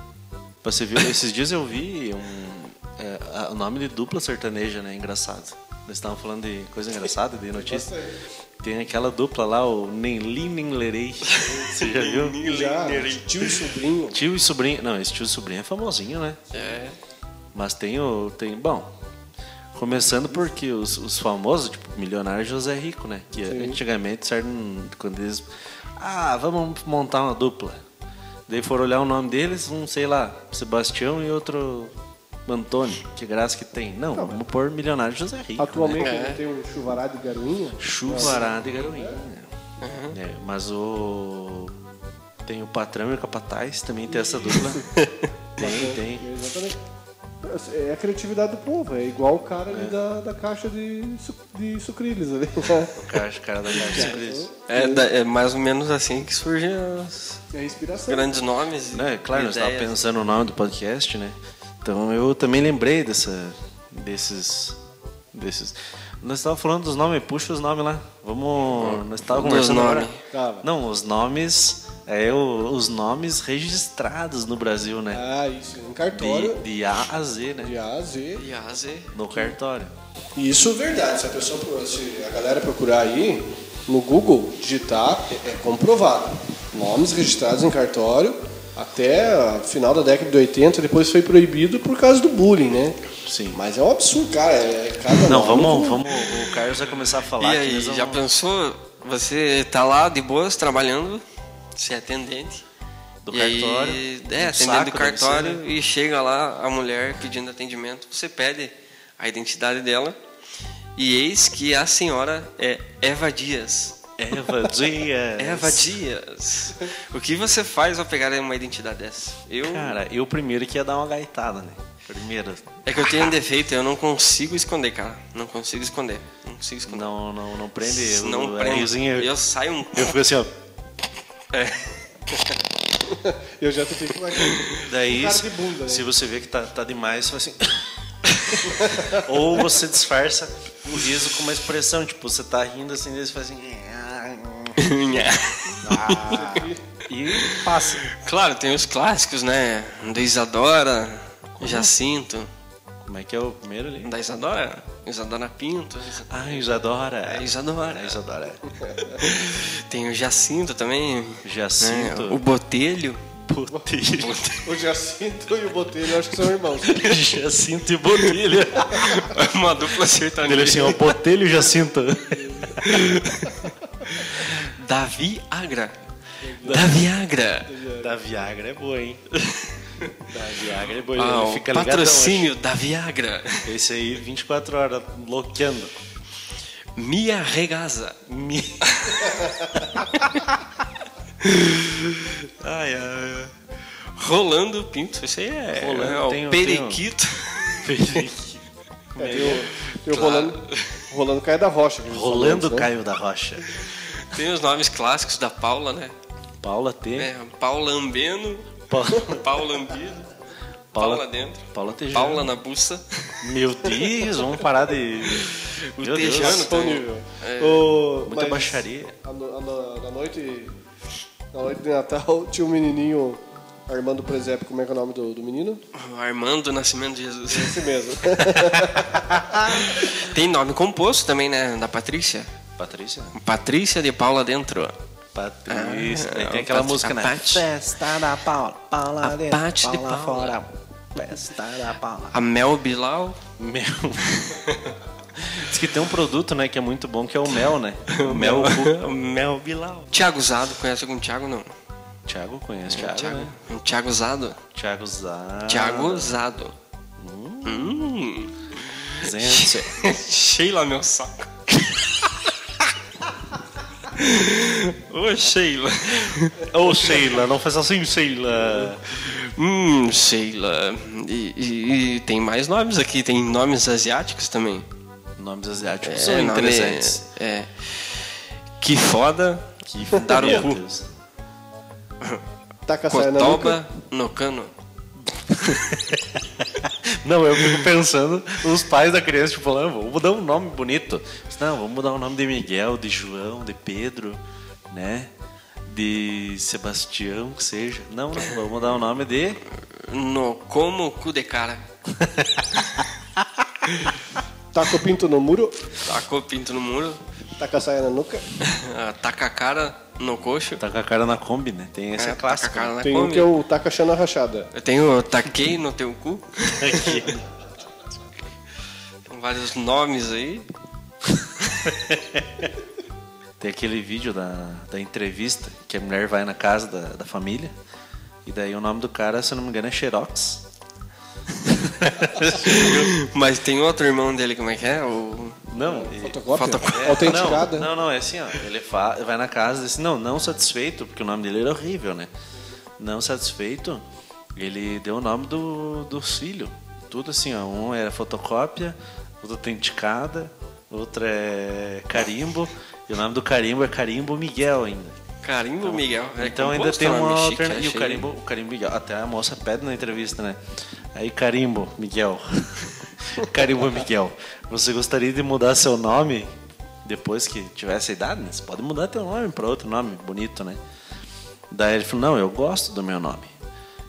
Speaker 3: Você viu? Esses dias eu vi um. é, a- o nome de dupla sertaneja, né? Engraçado. Nós estávamos falando de coisa engraçada, de notícia. Tem aquela dupla lá, o Nem Li Nem Lerei. Você já viu?
Speaker 4: Já, tio e sobrinho.
Speaker 3: Tio e sobrinho. Não, esse tio e sobrinho é famosinho, né?
Speaker 1: É.
Speaker 3: Mas tem o. Tem, bom, começando porque os, os famosos, tipo, milionário José Rico, né? Que antigamente, certo, quando eles. Ah, vamos montar uma dupla. Daí foram olhar o nome deles, um, sei lá, Sebastião e outro Antônio. Que graça que tem. Não, vamos pôr milionário José Rico. Né?
Speaker 4: Atualmente
Speaker 1: É.
Speaker 4: tem um chuvarado de garoinha.
Speaker 3: Chuvarada e garoinha. É, mas o. Tem o patrão e o capataz, também tem essa dupla. tem, tem.
Speaker 4: É Exatamente. É a criatividade do povo, é igual o cara ali da, da caixa de, su- de sucrilhos ali.
Speaker 3: Cara, cara da Garcia Cris.
Speaker 1: É, da- é mais ou menos assim que surgem os
Speaker 4: É a inspiração.
Speaker 1: grandes nomes. e
Speaker 3: Né, claro, eu estava
Speaker 1: ideias.
Speaker 3: pensando no nome do podcast, né? Então eu também lembrei dessa, desses, desses. Nós estávamos falando dos nomes, puxa os nomes lá. Vamos, nós estávamos
Speaker 1: Dos
Speaker 3: conversando
Speaker 1: nomes.
Speaker 3: agora.
Speaker 4: Tava.
Speaker 3: Não, os nomes, é o- os nomes registrados no Brasil, né?
Speaker 4: Ah, isso. Em
Speaker 3: De,
Speaker 4: cartório,
Speaker 3: de A a Z, né?
Speaker 4: de A a Z.
Speaker 1: E a Z.
Speaker 3: No cartório.
Speaker 4: Isso é verdade. Se a pessoa, pro- se a galera procurar aí no Google, digitar é, é comprovado. Nomes registrados em cartório até a final da década de 80, depois foi proibido por causa do bullying, né?
Speaker 3: Sim.
Speaker 4: Mas é um absurdo, cara. É cada
Speaker 3: Não,
Speaker 4: nome
Speaker 3: vamos,
Speaker 4: que-
Speaker 3: vamos. O Carlos vai começar a
Speaker 1: E
Speaker 3: falar. que
Speaker 1: aí,
Speaker 3: nós vamos-
Speaker 1: já pensou? Você tá lá de boas, trabalhando, você é atendente,
Speaker 3: do
Speaker 1: e
Speaker 3: cartório.
Speaker 1: Aí,
Speaker 3: um
Speaker 1: é,
Speaker 3: saco,
Speaker 1: atendendo o
Speaker 3: deve ser,
Speaker 1: cartório
Speaker 3: né?
Speaker 1: e chega lá a mulher pedindo atendimento. Você pede a identidade dela e eis que a senhora é Eva Dias.
Speaker 3: Eva Dias.
Speaker 1: Eva Dias. O que você faz ao pegar uma identidade dessa? Eu
Speaker 3: Cara, eu primeiro que ia dar uma gaitada, né? Primeiro.
Speaker 1: é que eu tenho um defeito, eu não consigo esconder, cara. Não consigo esconder. Não consigo esconder.
Speaker 3: Não, não, não prende. eu-
Speaker 1: não
Speaker 3: o
Speaker 1: prendo.
Speaker 3: anelzinho,
Speaker 1: Eu
Speaker 3: Eu,
Speaker 1: saio um.
Speaker 3: eu fico assim, ó.
Speaker 1: É.
Speaker 4: Eu já tentei falar que
Speaker 3: Daí,
Speaker 4: Cara de bunda, né?
Speaker 3: se você vê que tá, tá demais, você vai assim. Ou você disfarça o riso com uma expressão, tipo, você tá rindo assim, daí você faz assim. É. E passa.
Speaker 1: claro, tem os clássicos, né? Da Isadora, Jacinto.
Speaker 3: Como é que é o primeiro ali?
Speaker 1: Da Isadora? Isadora Pinto. Isadora-
Speaker 3: Ah, Isadora.
Speaker 1: É, Isadora.
Speaker 3: É, Isadora.
Speaker 1: Tem o Jacinto também.
Speaker 3: Jacinto.
Speaker 1: né? O Botelho.
Speaker 3: Botelho.
Speaker 4: o Jacinto e o Botelho, eu acho que são irmãos.
Speaker 3: Jacinto e Botelho.
Speaker 1: É Uma dupla sertaneja.
Speaker 3: Ele assim, ó, Botelho e Jacinto.
Speaker 1: Davi Agra. Davi Agra.
Speaker 3: da Viagra é boa, hein? Da Viagra é boa.
Speaker 1: Ah,
Speaker 3: ele
Speaker 1: o
Speaker 3: fica ligadão,
Speaker 1: patrocínio da Viagra.
Speaker 3: acho. Esse aí, 24 horas, bloqueando.
Speaker 1: Mia Regaza.
Speaker 3: Ai, ai,
Speaker 1: Rolando Pinto. Isso aí é,
Speaker 3: Rolando,
Speaker 1: é o
Speaker 3: tem o-
Speaker 1: periquito.
Speaker 4: Eu rolando, rolando Caia da Rocha. que eles
Speaker 3: Rolando
Speaker 4: falam antes, né?
Speaker 3: Caio da Rocha.
Speaker 1: Tem os nomes clássicos da Paula, né?
Speaker 3: Paula T.
Speaker 1: É, Paula Ambeno,
Speaker 3: Paula,
Speaker 1: Paula Ambido, Paula, dentro,
Speaker 3: Paula Tejano.
Speaker 1: Paula na buça,
Speaker 3: Meu Deus, vamos parar de.
Speaker 1: o
Speaker 3: Meu Deus,
Speaker 1: Tejano
Speaker 4: Bom
Speaker 1: também.
Speaker 4: Tá nível. Ô,
Speaker 3: Muita
Speaker 4: mas
Speaker 3: baixaria.
Speaker 4: a no- a no- Na noite, na noite de Natal tinha um menininho armando o presépio. Como é que é o nome do, do menino?
Speaker 1: Armando Nascimento de Jesus.
Speaker 4: Esse mesmo.
Speaker 1: Tem nome composto também, né? Da Patrícia.
Speaker 3: Patrícia?
Speaker 1: Patrícia de Paula dentro.
Speaker 3: Patrícia.
Speaker 1: Ah,
Speaker 3: Aí tem aquela
Speaker 1: Pat-
Speaker 3: música, né?
Speaker 1: a Pat-
Speaker 3: Festa da Paula. Paula
Speaker 1: A
Speaker 3: dentro,
Speaker 1: Pat de
Speaker 3: Paula
Speaker 1: Paula.
Speaker 3: fora. Festa da Paula.
Speaker 1: A Mel Bilal.
Speaker 3: Mel. Diz que tem um produto, né, que é muito bom, que é o mel, né? O mel.
Speaker 1: Mel Bilal. Tiago Zado, conhece algum Tiago? Não.
Speaker 3: Thiago conhece, Thiago,
Speaker 1: Thiago,
Speaker 3: né? Ah.
Speaker 1: um Thiago Zado.
Speaker 3: Thiago Zá.
Speaker 1: Thiago Zado. Hum.
Speaker 3: Zense.
Speaker 1: Sheila, meu saco. Ô, Sheila.
Speaker 3: Ô, Sheila, não faz assim, Sheila.
Speaker 1: Hum, Sheila. E, e- e tem mais nomes aqui, tem nomes asiáticos também.
Speaker 3: Nomes asiáticos são
Speaker 1: nome-
Speaker 3: interessantes.
Speaker 1: É. Que foda.
Speaker 3: Que
Speaker 1: Dar o cu.
Speaker 3: Deus.
Speaker 4: Taca a saia na nuca.
Speaker 1: Cotoba no cano.
Speaker 3: Não, eu fico pensando, os pais da criança, tipo, ah, vamos mudar um nome bonito. Não, vamos mudar o nome de Miguel, de João, de Pedro, né? De Sebastião, que seja. Não, não, vamos mudar o nome de.
Speaker 1: No como cu de cara.
Speaker 4: Taca o pinto no muro.
Speaker 1: Tacou Tá pinto no muro.
Speaker 4: Taca a saia na nuca.
Speaker 1: Ah, Taca a cara no coxo.
Speaker 3: Tá com a cara na Kombi, né? Tem
Speaker 1: É,
Speaker 3: essa é,
Speaker 1: taca a
Speaker 3: clássica.
Speaker 1: cara na
Speaker 4: Tem um
Speaker 1: Kombi.
Speaker 4: que é o taca a chana rachada.
Speaker 1: Eu tenho taquei no teu cu.
Speaker 3: Aqui.
Speaker 1: Tem vários nomes aí.
Speaker 3: Tem aquele vídeo da, da entrevista que a mulher vai na casa da, da família e daí o nome do cara, se eu não me engano, é Xerox.
Speaker 1: Mas tem outro irmão dele, como é que é? O...
Speaker 3: Não, e- É,
Speaker 4: Fotocópia?
Speaker 1: Fotocópia.
Speaker 4: Autenticada.
Speaker 3: Não, não, não, é assim, ó. Ele fa- vai na casa e diz assim, não, não satisfeito, porque o nome dele era horrível, né? Não satisfeito, ele deu o nome do, dos filhos. Tudo assim, ó. Um era fotocópia, outro autenticada, outro é carimbo. E o nome do carimbo é Carimbo Miguel ainda.
Speaker 1: Carimbo Miguel. É
Speaker 3: Então ainda
Speaker 1: composto,
Speaker 3: tem
Speaker 1: é um
Speaker 3: uma
Speaker 1: nome chique,
Speaker 3: alternativa. E o
Speaker 1: achei.
Speaker 3: carimbo, o carimbo Miguel. Até a moça pede na entrevista, né? Aí, carimbo, Miguel. carimbo Miguel. Você gostaria de mudar seu nome depois que tivesse a idade? né? Você pode mudar teu nome para outro nome bonito, né? Daí ele falou, não, eu gosto do meu nome.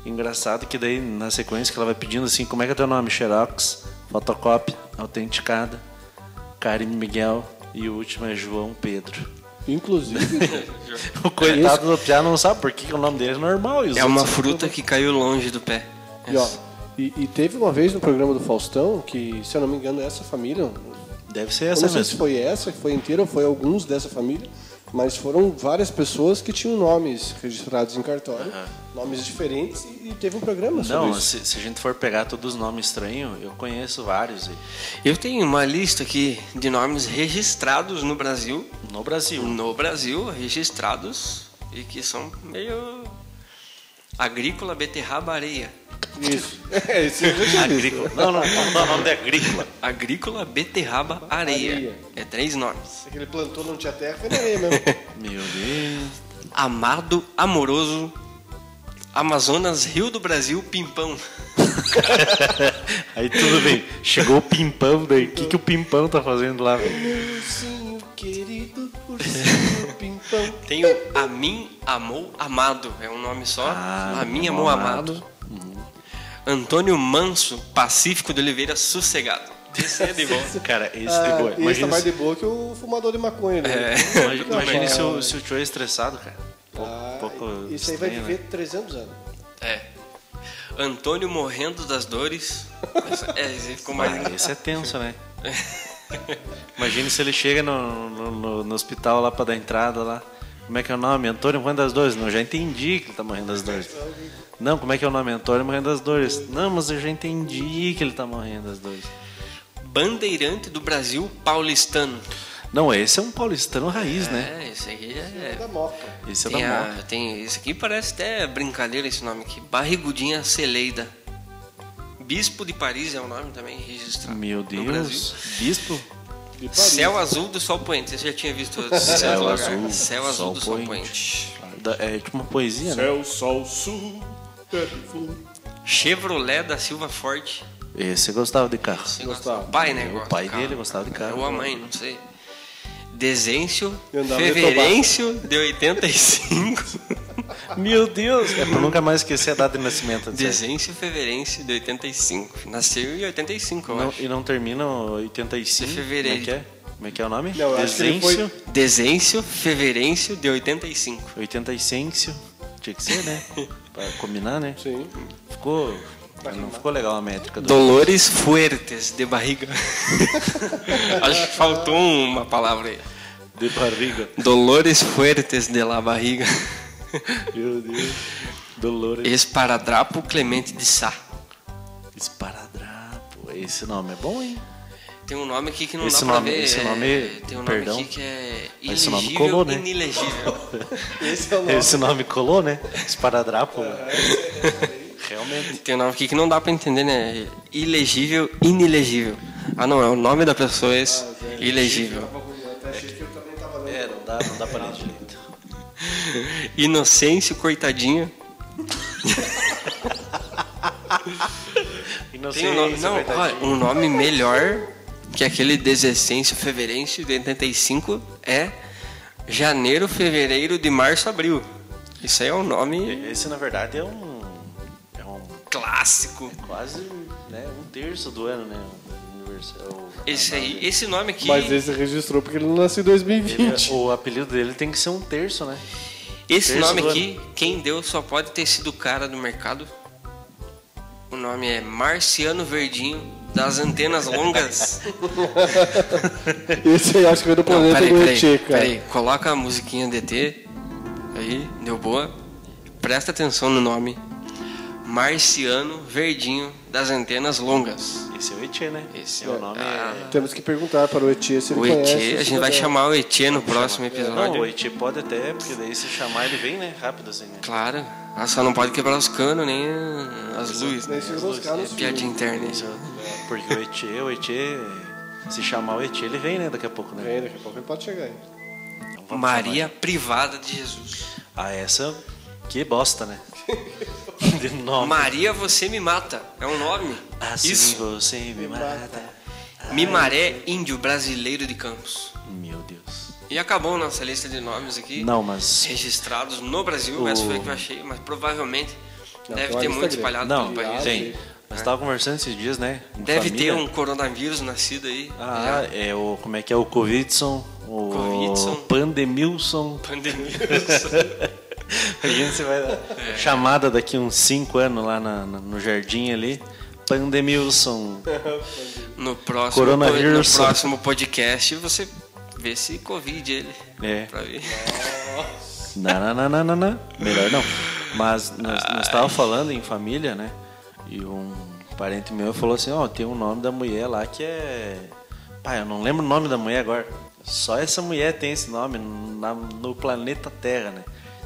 Speaker 3: Engraçado que daí, na sequência, que ela vai pedindo assim, como é que é teu nome? Xerox, fotocópia, autenticada, Carimbo Miguel e o último é João Pedro.
Speaker 4: Inclusive,
Speaker 3: O coitado É, tá do Piá não sabe por que que o nome dele é normal. E os
Speaker 1: É uma
Speaker 3: outros-
Speaker 1: fruta que caiu longe do pé.
Speaker 4: e, ó, e, e teve uma vez no programa do Faustão que, se eu não me engano, essa família,
Speaker 3: Deve ser
Speaker 4: Eu
Speaker 3: essa
Speaker 4: não sei se
Speaker 3: mesmo.
Speaker 4: foi essa que foi inteira ou foi alguns dessa família. Mas foram várias pessoas que tinham nomes registrados em cartório, nomes diferentes, e e teve um programa sobre
Speaker 3: Não,
Speaker 4: isso.
Speaker 3: se, se a gente for pegar todos os nomes estranhos, eu conheço vários aí.
Speaker 1: Eu tenho uma lista aqui de nomes registrados no Brasil,
Speaker 3: no
Speaker 4: Hum.
Speaker 3: Brasil.
Speaker 1: no Brasil, registrados e que são meio agrícola, beterraba, areia.
Speaker 4: Isso. É, isso eu já tinha visto.
Speaker 3: Agrícola. Não, não, não, não, o nome é agrícola.
Speaker 1: Agrícola, beterraba, areia.
Speaker 4: Areia.
Speaker 1: É três nomes.
Speaker 4: Aquele plantou não tinha terra, foi na areia mesmo.
Speaker 3: Meu Deus.
Speaker 1: Amado, amoroso, Amazonas, Rio do Brasil, Pimpão.
Speaker 3: Aí tudo bem. Chegou o pimpão daí. O que, que o pimpão tá fazendo lá, velho?
Speaker 4: Ursinho querido, ursinho pimpão.
Speaker 1: Tem o A Mim Amou Amado, é um nome só.
Speaker 3: Ah,
Speaker 1: a Mim
Speaker 3: Amou
Speaker 1: Amou Amado. Antônio Manso, Pacífico de Oliveira Sossegado. Esse é de bom.
Speaker 3: Cara, esse
Speaker 4: Ah,
Speaker 3: é boa.
Speaker 4: e esse tá
Speaker 3: Imagina,
Speaker 4: mais
Speaker 3: se,
Speaker 4: de boa que o fumador de maconha, né?
Speaker 1: É.
Speaker 3: imagina- imagina se o, se o Joe é estressado, cara. Pô,
Speaker 4: Ah,
Speaker 3: um pouco
Speaker 4: isso aí vai
Speaker 3: estranho, né?
Speaker 4: viver 300 anos.
Speaker 1: É. Antônio morrendo das dores. Essa- É, esse ficou mais.
Speaker 3: né? Ah, esse é tenso, né? Imagina se ele chega no, no- no- no hospital lá pra dar entrada lá. Como é que é o nome? Antônio morrendo das dores. Não, eu já entendi que ele tá morrendo das dores. Não, como é que é o nome? Antônio morrendo das dores. Não, mas eu já entendi que ele tá morrendo das dores.
Speaker 1: Bandeirante do Brasil paulistano.
Speaker 3: Não, esse é um paulistano raiz, né?
Speaker 1: É, esse aqui
Speaker 4: Da
Speaker 1: é.
Speaker 4: moca.
Speaker 3: Esse é
Speaker 1: Tem,
Speaker 3: da
Speaker 1: a-
Speaker 3: morte.
Speaker 1: tem- esse aqui parece até brincadeira esse nome aqui. Barrigudinha Celeida. Bispo de Paris é o nome também registrado.
Speaker 3: Meu
Speaker 1: no Brasil.
Speaker 3: Deus, bispo?
Speaker 4: De Paris.
Speaker 1: Céu azul do sol poente. Você já tinha visto antes.
Speaker 3: Céu
Speaker 1: É, Lugar.
Speaker 3: azul,
Speaker 1: Céu azul
Speaker 3: sol
Speaker 1: do sol
Speaker 3: poente.
Speaker 1: poente.
Speaker 3: Da- É tipo uma poesia, né?
Speaker 2: Céu, sol, sul, terra e fogo.
Speaker 1: Chevrolet da Silva Forte.
Speaker 3: Esse gostava de carro.
Speaker 1: Você
Speaker 4: Gostava.
Speaker 1: gosta? O pai, né?
Speaker 3: O
Speaker 1: gosta
Speaker 3: pai
Speaker 1: do carro.
Speaker 3: dele gostava de carro.
Speaker 1: Ou a mãe, não sei. Dezêncio,
Speaker 4: Eu andava de
Speaker 1: Feverêncio de 85.
Speaker 3: Meu Deus! É pra nunca mais esquecer a data de nascimento. de certo.
Speaker 1: Dezêncio, Feverêncio de 85. Nasceu em 85, eu
Speaker 3: Não,
Speaker 1: acho.
Speaker 3: e não termina o 85?
Speaker 1: De fevereiro.
Speaker 3: Como é que é? Como é que é o nome?
Speaker 4: Não, eu acho que ele
Speaker 3: Desêncio,
Speaker 1: Dezêncio, Feverêncio de 85.
Speaker 3: 85. Tinha que ser, né? pra combinar, né?
Speaker 4: Sim.
Speaker 3: Ficou. Não ficou legal a métrica do.
Speaker 1: Dolores Fuertes de barriga. acho que faltou uma palavra aí.
Speaker 3: De barriga.
Speaker 1: Dolores Fuertes de la barriga.
Speaker 3: Meu Deus. Dolores.
Speaker 1: Esparadrapo Clemente de Sá.
Speaker 3: Esparadrapo. Esse nome é bom, hein?
Speaker 1: Tem um nome aqui que não
Speaker 3: Esse
Speaker 1: dá
Speaker 3: nome-
Speaker 1: pra ver.
Speaker 3: esse
Speaker 1: é-
Speaker 3: nome-
Speaker 1: Tem um
Speaker 3: perdão.
Speaker 1: nome aqui que é
Speaker 3: Mas esse
Speaker 1: ilegível
Speaker 3: nome colou, né?
Speaker 1: e inelegível.
Speaker 4: Esse é o nome.
Speaker 3: Esse nome colou, né? Esparadrapo. Realmente.
Speaker 1: Tem um nome aqui que não dá pra entender, né? Ilegível, inelegível. Ah, não, é o nome da pessoa é
Speaker 3: Ah,
Speaker 1: esse. Ilegível.
Speaker 4: Eu até achei que eu também tava lendo.
Speaker 3: É, não dá, não dá pra ler direito.
Speaker 1: Inocêncio, coitadinho. Tem um nome,
Speaker 3: é
Speaker 1: não, olha, um nome melhor que aquele Desessêncio Feverêncio de 85 é Janeiro, Fevereiro, de Março, Abril. Isso aí é um nome
Speaker 3: Esse, na verdade, é um... É um
Speaker 1: clássico.
Speaker 3: quase né, um terço do ano, né? Um universal.
Speaker 1: Esse aí, esse nome aqui,
Speaker 4: Mas esse registrou porque ele não nasceu em 2020.
Speaker 3: Ele- o apelido dele tem que ser um terço, né?
Speaker 1: esse
Speaker 3: terço
Speaker 1: nome
Speaker 3: do
Speaker 1: aqui, quem deu só pode ter sido o cara do mercado. O nome é Marciano Verdinho das Antenas Longas.
Speaker 4: Esse aí acho que veio do
Speaker 1: Não,
Speaker 4: planeta do ET, cara.
Speaker 1: peraí, coloca a musiquinha DT. Aí, deu boa. Presta atenção no nome. Marciano Verdinho das Antenas Longas.
Speaker 3: Esse é o Etê, né?
Speaker 1: Esse
Speaker 3: é o nome.
Speaker 1: ah,
Speaker 4: Temos que perguntar para o ET se
Speaker 1: O
Speaker 4: ele conhece.
Speaker 1: ET, a gente vai chamar o ET no próximo
Speaker 3: É... Não, o
Speaker 1: episódio.
Speaker 3: Etê pode até, porque daí se chamar ele vem, né? Rápido assim, né?
Speaker 1: Claro. Ah, só não pode quebrar os canos nem as luzes.
Speaker 4: Nem
Speaker 1: Né?
Speaker 4: se buscar nos
Speaker 1: É piada
Speaker 4: filmes.
Speaker 1: interna. isso.
Speaker 3: Porque o Etê, o Etê... Se chamar o Etê, ele vem, né? Daqui a pouco, né?
Speaker 4: É, Daqui a pouco ele pode chegar aí.
Speaker 3: Então vamos
Speaker 1: Maria privada de Jesus.
Speaker 3: chamar ele. Ah, essa... Que bosta, né? De nome.
Speaker 1: Maria, você me mata. É um nome.
Speaker 3: Assim
Speaker 1: Isso.
Speaker 3: você me mata.
Speaker 1: Mimaré Índio Brasileiro de Campos.
Speaker 3: Meu Deus.
Speaker 1: E acabou nossa lista de nomes aqui.
Speaker 3: Não, mas.
Speaker 1: registrados no Brasil,
Speaker 3: O-
Speaker 1: essa foi a que eu achei, mas provavelmente
Speaker 4: Não,
Speaker 1: deve
Speaker 4: tem
Speaker 1: ter
Speaker 4: uma
Speaker 1: muito
Speaker 4: lista
Speaker 1: espalhado
Speaker 3: Não,
Speaker 1: pelo país.
Speaker 3: tem. Mas tava conversando esses dias, né? com
Speaker 1: Deve
Speaker 3: família.
Speaker 1: ter um coronavírus nascido aí. né?
Speaker 3: Ah, é o. Como é que é? O Covidson. O
Speaker 1: Covidson.
Speaker 3: Pandemilson.
Speaker 1: já. Pandemia.
Speaker 3: A gente vai dar É. chamada daqui uns 5 anos lá na- na- no jardim ali. Pandemilson.
Speaker 1: No próximo, no
Speaker 3: Coronavírus.
Speaker 1: próximo podcast você Vê se Covid ele.
Speaker 3: É.
Speaker 1: Pra ver.
Speaker 3: Não, não, não, não, não, não. Melhor não. Mas nós estávamos falando em família, né? E um parente meu falou assim, ó, tem um nome da mulher lá que é... Pai, eu não lembro o nome da mulher agora. Só essa mulher tem esse nome na- no planeta Terra, né?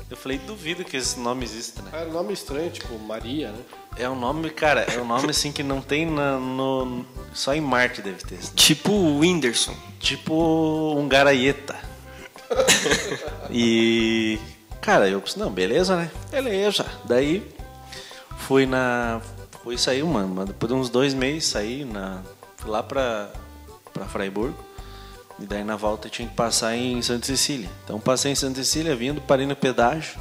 Speaker 3: Eu falei, duvido que esse nome exista, né?
Speaker 4: É um nome estranho, tipo Maria, né?
Speaker 3: É um nome, cara, é um nome assim que não tem na- no... Só em Marte deve ter. assim. esse
Speaker 1: Tipo o Whindersson.
Speaker 3: tipo um garaieta. e cara, eu disse, não, beleza, né? Beleza. Daí fui na fui sair, mano, mas depois de uns dois meses saí na fui lá pra para Freiburgo. E daí na volta eu tinha que passar em Santa Cecília. Então passei em Santa Cecília vindo, parei no pedágio.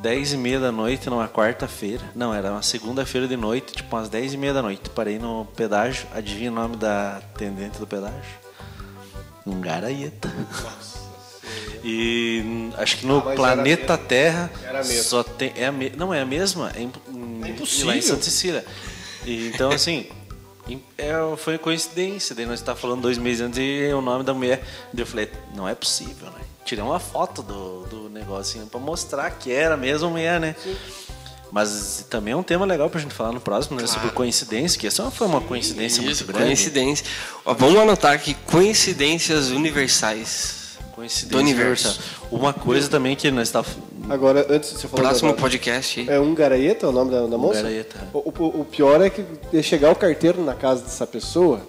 Speaker 3: 10 e meia da noite numa quarta-feira. Não, era uma segunda-feira de noite, tipo umas 10 e meia da noite. Parei no pedágio. Adivinha o nome da atendente do pedágio? Um garaieta. E hum, acho que no
Speaker 4: Ah, mas era
Speaker 3: planeta
Speaker 4: a mesma.
Speaker 3: Terra
Speaker 4: Era a mesma.
Speaker 3: só tem. É a me- não, é a mesma? É, imp- hum,
Speaker 4: impossível.
Speaker 3: e Lá em Santa Cecília. E, então, assim. im- é, foi coincidência, daí nós estávamos falando dois meses antes e o nome da mulher. Daí eu falei, não é possível, né? Tirei uma foto do, do negócio assim, pra mostrar que era mesmo a mulher, né? Mas também é um tema legal pra gente falar no próximo, né? Sobre coincidência, que essa foi uma coincidência
Speaker 1: Isso,
Speaker 3: é muito grande.
Speaker 1: coincidência. Ó, vamos anotar aqui, coincidências universais.
Speaker 3: Coincidência
Speaker 1: Do universo.
Speaker 3: universal. Uma coisa também que nós tá está
Speaker 4: Agora, antes de você falar.
Speaker 1: Próximo
Speaker 4: da-
Speaker 1: podcast aí.
Speaker 4: É um garaeta o nome da, da moça?
Speaker 3: Garaieta.
Speaker 4: O, o- o pior é que de chegar o carteiro na casa dessa pessoa,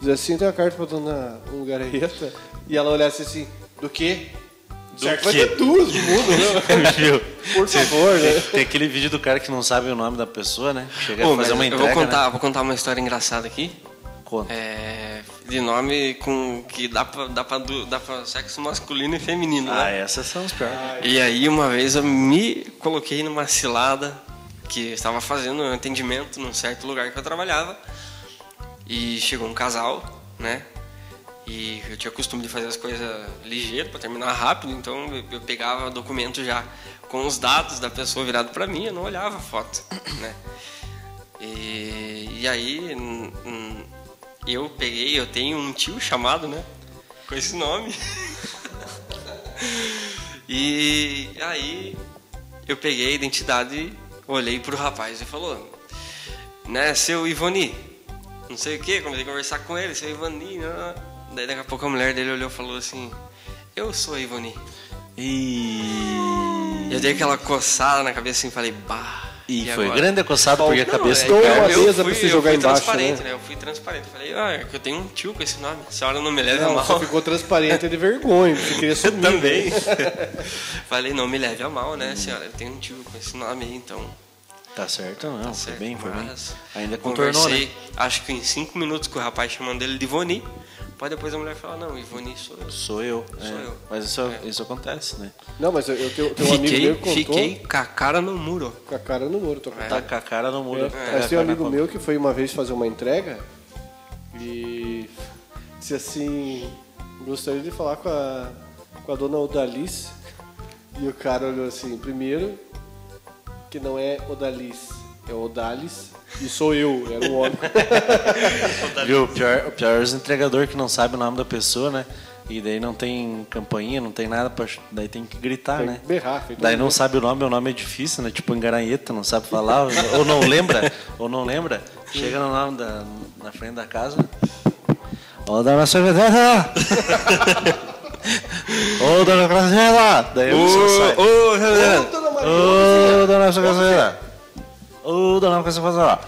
Speaker 4: dizer assim, tem uma carta pra dona um garaeta, e ela olhasse assim, do quê? certo, vai
Speaker 3: quê?
Speaker 4: ter duas no mundo, né?
Speaker 3: Viu?
Speaker 4: Por favor, né?
Speaker 3: Tem aquele vídeo do cara que não sabe o nome da pessoa, né? Chega
Speaker 1: Pô,
Speaker 3: a fazer
Speaker 1: mas
Speaker 3: uma
Speaker 1: eu vou
Speaker 3: entrega.
Speaker 1: contar,
Speaker 3: né?
Speaker 1: vou contar uma história engraçada aqui.
Speaker 3: Conta.
Speaker 1: É, de nome com que dá pra, dá pra, du- dá pra sexo masculino e feminino,
Speaker 3: Ah,
Speaker 1: né?
Speaker 3: essas são os piores.
Speaker 1: E aí uma vez eu me coloquei numa cilada que eu estava fazendo um atendimento num certo lugar que eu trabalhava. E chegou um casal, né? E eu tinha costume de fazer as coisas ligeiro para terminar rápido, então eu- eu pegava documento já com os dados da pessoa virado para mim, eu não olhava a foto, né? E, e aí hum, hum, eu peguei, eu tenho um tio chamado, né? Com esse nome. e aí eu peguei a identidade, olhei pro rapaz e falou, né, seu Ivani, não sei o que, comecei a conversar com ele, seu Ivani, né? daí daqui a pouco a mulher dele olhou e falou assim, eu sou a Ivani.
Speaker 3: E,
Speaker 1: Eu dei aquela coçada na cabeça e falei, bah.
Speaker 3: e foi
Speaker 1: agora?
Speaker 3: grande acossado porque a
Speaker 1: Não,
Speaker 3: cabeça.
Speaker 1: é,
Speaker 4: Estou
Speaker 1: eu-
Speaker 4: uma
Speaker 1: eu
Speaker 4: mesa
Speaker 1: fui-
Speaker 4: pra você jogar
Speaker 1: eu fui
Speaker 4: embaixo,
Speaker 1: transparente,
Speaker 4: né?
Speaker 1: né? Eu fui transparente. Falei, ah, é que eu tenho um tio com esse nome. A senhora não me leve a
Speaker 4: Não,
Speaker 1: é mal.
Speaker 4: só ficou transparente de vergonha, você queria sumir.
Speaker 1: Também. Falei, não me leve a mal,
Speaker 4: Hum.
Speaker 1: né, senhora? Eu tenho um tio com esse nome aí, então.
Speaker 3: Tá certo, não. foi
Speaker 1: certo,
Speaker 3: bem, foi bem.
Speaker 1: mas
Speaker 3: Ainda contornou,
Speaker 1: Conversei,
Speaker 3: né?
Speaker 1: acho que em cinco minutos com o rapaz chamando ele de Ivoni. Pode depois a mulher falar, não, Ivoni sou eu.
Speaker 3: Sou eu.
Speaker 1: Sou
Speaker 3: é.
Speaker 1: eu.
Speaker 3: Mas isso, isso acontece, né?
Speaker 4: Não, mas eu, eu tenho, tenho um amigo
Speaker 1: Fiquei,
Speaker 4: meu que contou
Speaker 1: fiquei com a cara no muro.
Speaker 4: com a cara no muro, tô contando.
Speaker 3: Tá com a cara no muro.
Speaker 4: É,
Speaker 3: tá com a
Speaker 4: Mas tem
Speaker 3: cara
Speaker 4: um amigo
Speaker 3: na-
Speaker 4: meu que foi uma vez fazer uma entrega e disse assim: gostaria de falar com a, com a dona Odalice. E o cara olhou assim: primeiro, que não é Odalice, é Odalis. E sou eu, era um homem.
Speaker 3: Viu? O pior, o pior é os entregadores que não sabem o nome da pessoa, né? E daí não tem campainha, não tem nada, pra... daí tem que gritar,
Speaker 4: Tem
Speaker 3: né?
Speaker 4: que berrar, feito
Speaker 3: daí
Speaker 4: um
Speaker 3: não sabe o nome, o nome é difícil, né? Tipo engaranheta, não sabe falar, ou- ou não lembra, ou não lembra. Chega no nome da, na frente da casa. Ô, dona Secretária! Ô, dona Graciela! Daí a pessoa sai.
Speaker 1: ô,
Speaker 4: Dona Maria,
Speaker 3: Ô, dona Graciela! Ô, dona Graciela!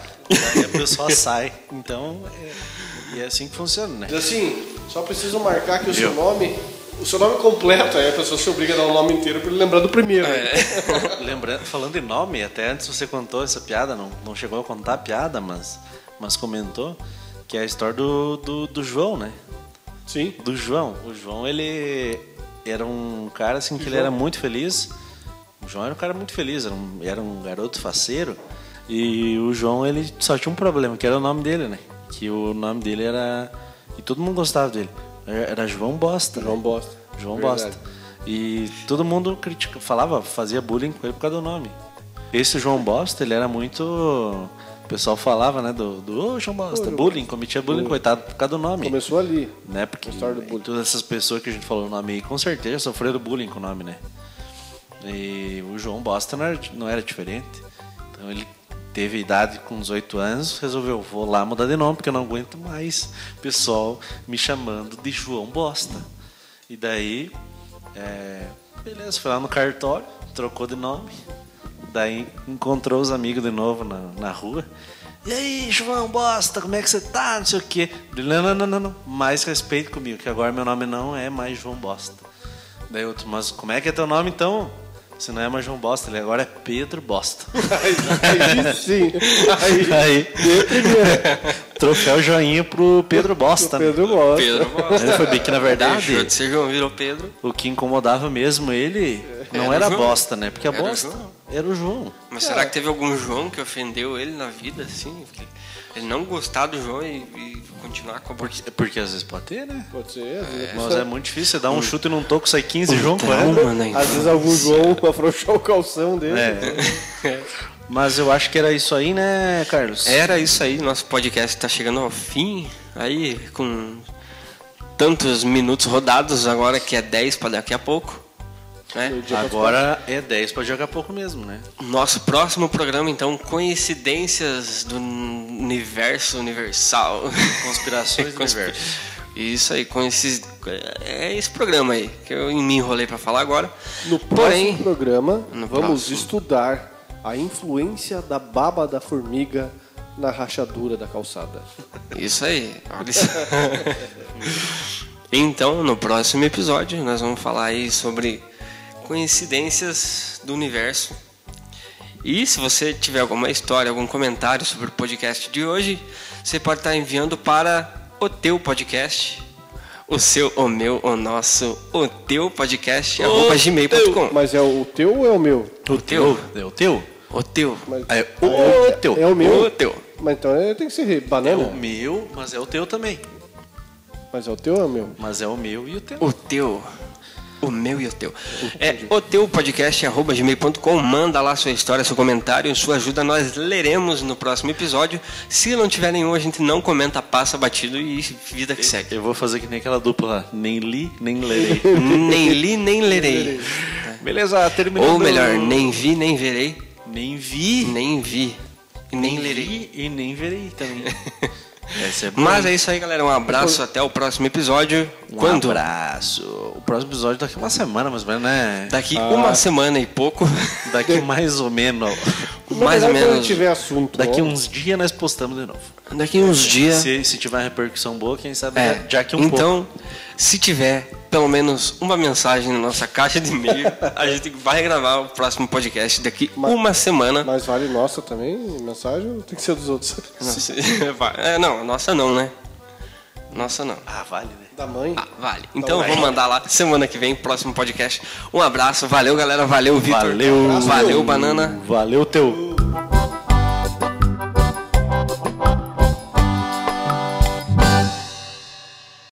Speaker 3: Daí a pessoa sai. Então, é, e é assim que funciona, né?
Speaker 4: Diz assim: só preciso marcar que o seu nome. O seu nome completo, aí a pessoa se obriga a dar o nome inteiro pra ele lembrar do primeiro.
Speaker 3: Lembrando, falando em nome, até antes você contou essa piada, não, não chegou a contar a piada, mas, mas comentou, que é a história do, do, do João, né?
Speaker 4: Sim.
Speaker 3: Do João. O João, ele era um cara assim que ele era muito feliz. O João era um cara muito feliz, era um, era um garoto faceiro. E o João, ele só tinha um problema, que era o nome dele, né? Que o nome dele era. E todo mundo gostava dele. Era João Bosta.
Speaker 4: João
Speaker 3: né?
Speaker 4: Bosta.
Speaker 3: João
Speaker 4: Verdade.
Speaker 3: Bosta. E todo mundo critica, falava, fazia bullying com ele por causa do nome. Esse João Bosta, ele era muito O pessoal falava, né, do, do "Ô, chão bosta, bullying, cometia bullying, coitado, por causa do nome.
Speaker 4: Começou ali.
Speaker 3: né? Porque
Speaker 4: história do bullying.
Speaker 3: todas essas pessoas que a gente falou o nome aí, com certeza sofreram bullying com o nome, né? E o João Bosta não era, não era diferente. Então ele teve idade com 18 anos, resolveu, vou lá mudar de nome, porque eu não aguento mais o pessoal me chamando de João Bosta. E daí, é, beleza, foi lá no cartório, trocou de nome. Daí encontrou os amigos de novo na, na rua. E aí, João Bosta, como é que você tá? Não sei o quê. Ele, Não, não, não, não, não. Mais respeito comigo, que agora meu nome não é mais João Bosta. Daí outro, mas como é que é teu nome então? Se não é mais João Bosta, ele agora é Pedro Bosta.
Speaker 4: Aí sim. Aí,
Speaker 3: Aí, troféu joinha pro Pedro Bosta.
Speaker 4: o
Speaker 3: né?
Speaker 4: Pedro gosta.
Speaker 1: Pedro Bosta.
Speaker 3: Ele foi bem que na
Speaker 1: Deixou
Speaker 3: verdade
Speaker 1: de ser João, virou Pedro.
Speaker 3: o que incomodava mesmo ele não
Speaker 1: É, Era
Speaker 3: era
Speaker 1: o João.
Speaker 3: bosta, né? Porque a
Speaker 1: Era o
Speaker 3: bosta
Speaker 1: João.
Speaker 3: era o João.
Speaker 1: Mas será que teve algum João que ofendeu ele na vida, assim? Porque Ele não gostar do João e, e continuar com a bosta.
Speaker 3: Porque às vezes pode ter, né?
Speaker 4: Pode ser. às vezes-
Speaker 3: Mas é muito difícil, você dá um chute num toco, sai 15 João,
Speaker 1: Trauma
Speaker 3: né?
Speaker 1: na
Speaker 4: Às vezes algum João afrouxou o calção dele.
Speaker 3: É. Mas eu acho que era isso aí, né, Carlos?
Speaker 4: É.
Speaker 1: Era isso aí, nosso podcast tá chegando ao fim. Aí, com tantos minutos rodados agora, que é 10 para daqui a pouco. Né?
Speaker 3: Agora é 10 pra jogar pouco mesmo, né?
Speaker 1: Nosso próximo programa, então, coincidências do universo universal.
Speaker 3: Conspirações do
Speaker 1: Conspi-
Speaker 3: universo.
Speaker 1: Isso aí, coincid... é esse programa aí, que eu me enrolei pra falar agora.
Speaker 4: No próximo
Speaker 1: Porém,
Speaker 4: programa,
Speaker 1: No
Speaker 4: vamos
Speaker 1: próximo.
Speaker 4: estudar a influência da baba da formiga na rachadura da calçada.
Speaker 1: Isso aí. olha isso. então, no próximo episódio, nós vamos falar aí sobre coincidências do universo. E se você tiver alguma história, algum comentário sobre o podcast de hoje, você pode estar enviando para o teu podcast. O seu, o meu, o nosso, o teu podcast, arroba gmail.com.
Speaker 4: Mas é o teu ou é o meu?
Speaker 1: O teu,
Speaker 3: É o teu?
Speaker 1: o teu,
Speaker 3: É o teu.
Speaker 4: É o
Speaker 1: o
Speaker 4: meu?
Speaker 1: teu.
Speaker 4: Mas então é- tem que ser
Speaker 1: Né,
Speaker 3: É o
Speaker 4: banana.
Speaker 3: meu, mas é o teu também.
Speaker 4: Mas é o teu ou é o meu?
Speaker 3: Mas é o meu e o teu.
Speaker 1: O teu. O meu e o teu. É o teu podcast, arroba gmail.com. Manda lá sua história, seu comentário, sua ajuda. Nós leremos no próximo episódio. Se não tiver nenhum, a gente não comenta, passa batido e vida que segue.
Speaker 3: Eu vou fazer que nem aquela dupla lá. Nem li, nem lerei.
Speaker 1: nem li, nem lerei.
Speaker 3: Beleza, terminou.
Speaker 1: Ou melhor, nem vi, nem verei.
Speaker 3: nem vi,
Speaker 1: Nem vi e nem lerei.
Speaker 3: vi e nem verei também. Essa é boa.
Speaker 1: Mas é isso aí, galera. Um abraço. Até o próximo episódio.
Speaker 3: um
Speaker 1: Quando?
Speaker 3: abraço. O próximo episódio daqui uma semana, mas né?
Speaker 1: Daqui uma semana e pouco.
Speaker 3: Daqui mais ou menos.
Speaker 4: Na
Speaker 1: mais ou
Speaker 4: verdade, quando
Speaker 1: menos.
Speaker 4: tiver assunto. né?
Speaker 3: Daqui um
Speaker 4: ó.
Speaker 3: uns dias nós postamos de novo.
Speaker 1: Daqui uns dias.
Speaker 3: Se, se tiver repercussão boa, quem sabe
Speaker 1: É,
Speaker 3: já que um pouco.
Speaker 1: então, se tiver pelo menos uma mensagem na nossa caixa de e-mail, a gente vai gravar o próximo podcast daqui uma semana.
Speaker 4: Mas vale nossa também, mensagem ou tem que ser dos outros?
Speaker 1: Nossa, vai- é, não, a nossa não, né? Nossa não.
Speaker 3: Ah, vale, né?
Speaker 4: Da mãe.
Speaker 1: Ah, vale. Então vou mandar lá semana que vem, próximo podcast. Um abraço, valeu galera, valeu Vitor.
Speaker 3: Valeu.
Speaker 1: valeu Banana.
Speaker 3: Valeu, teu.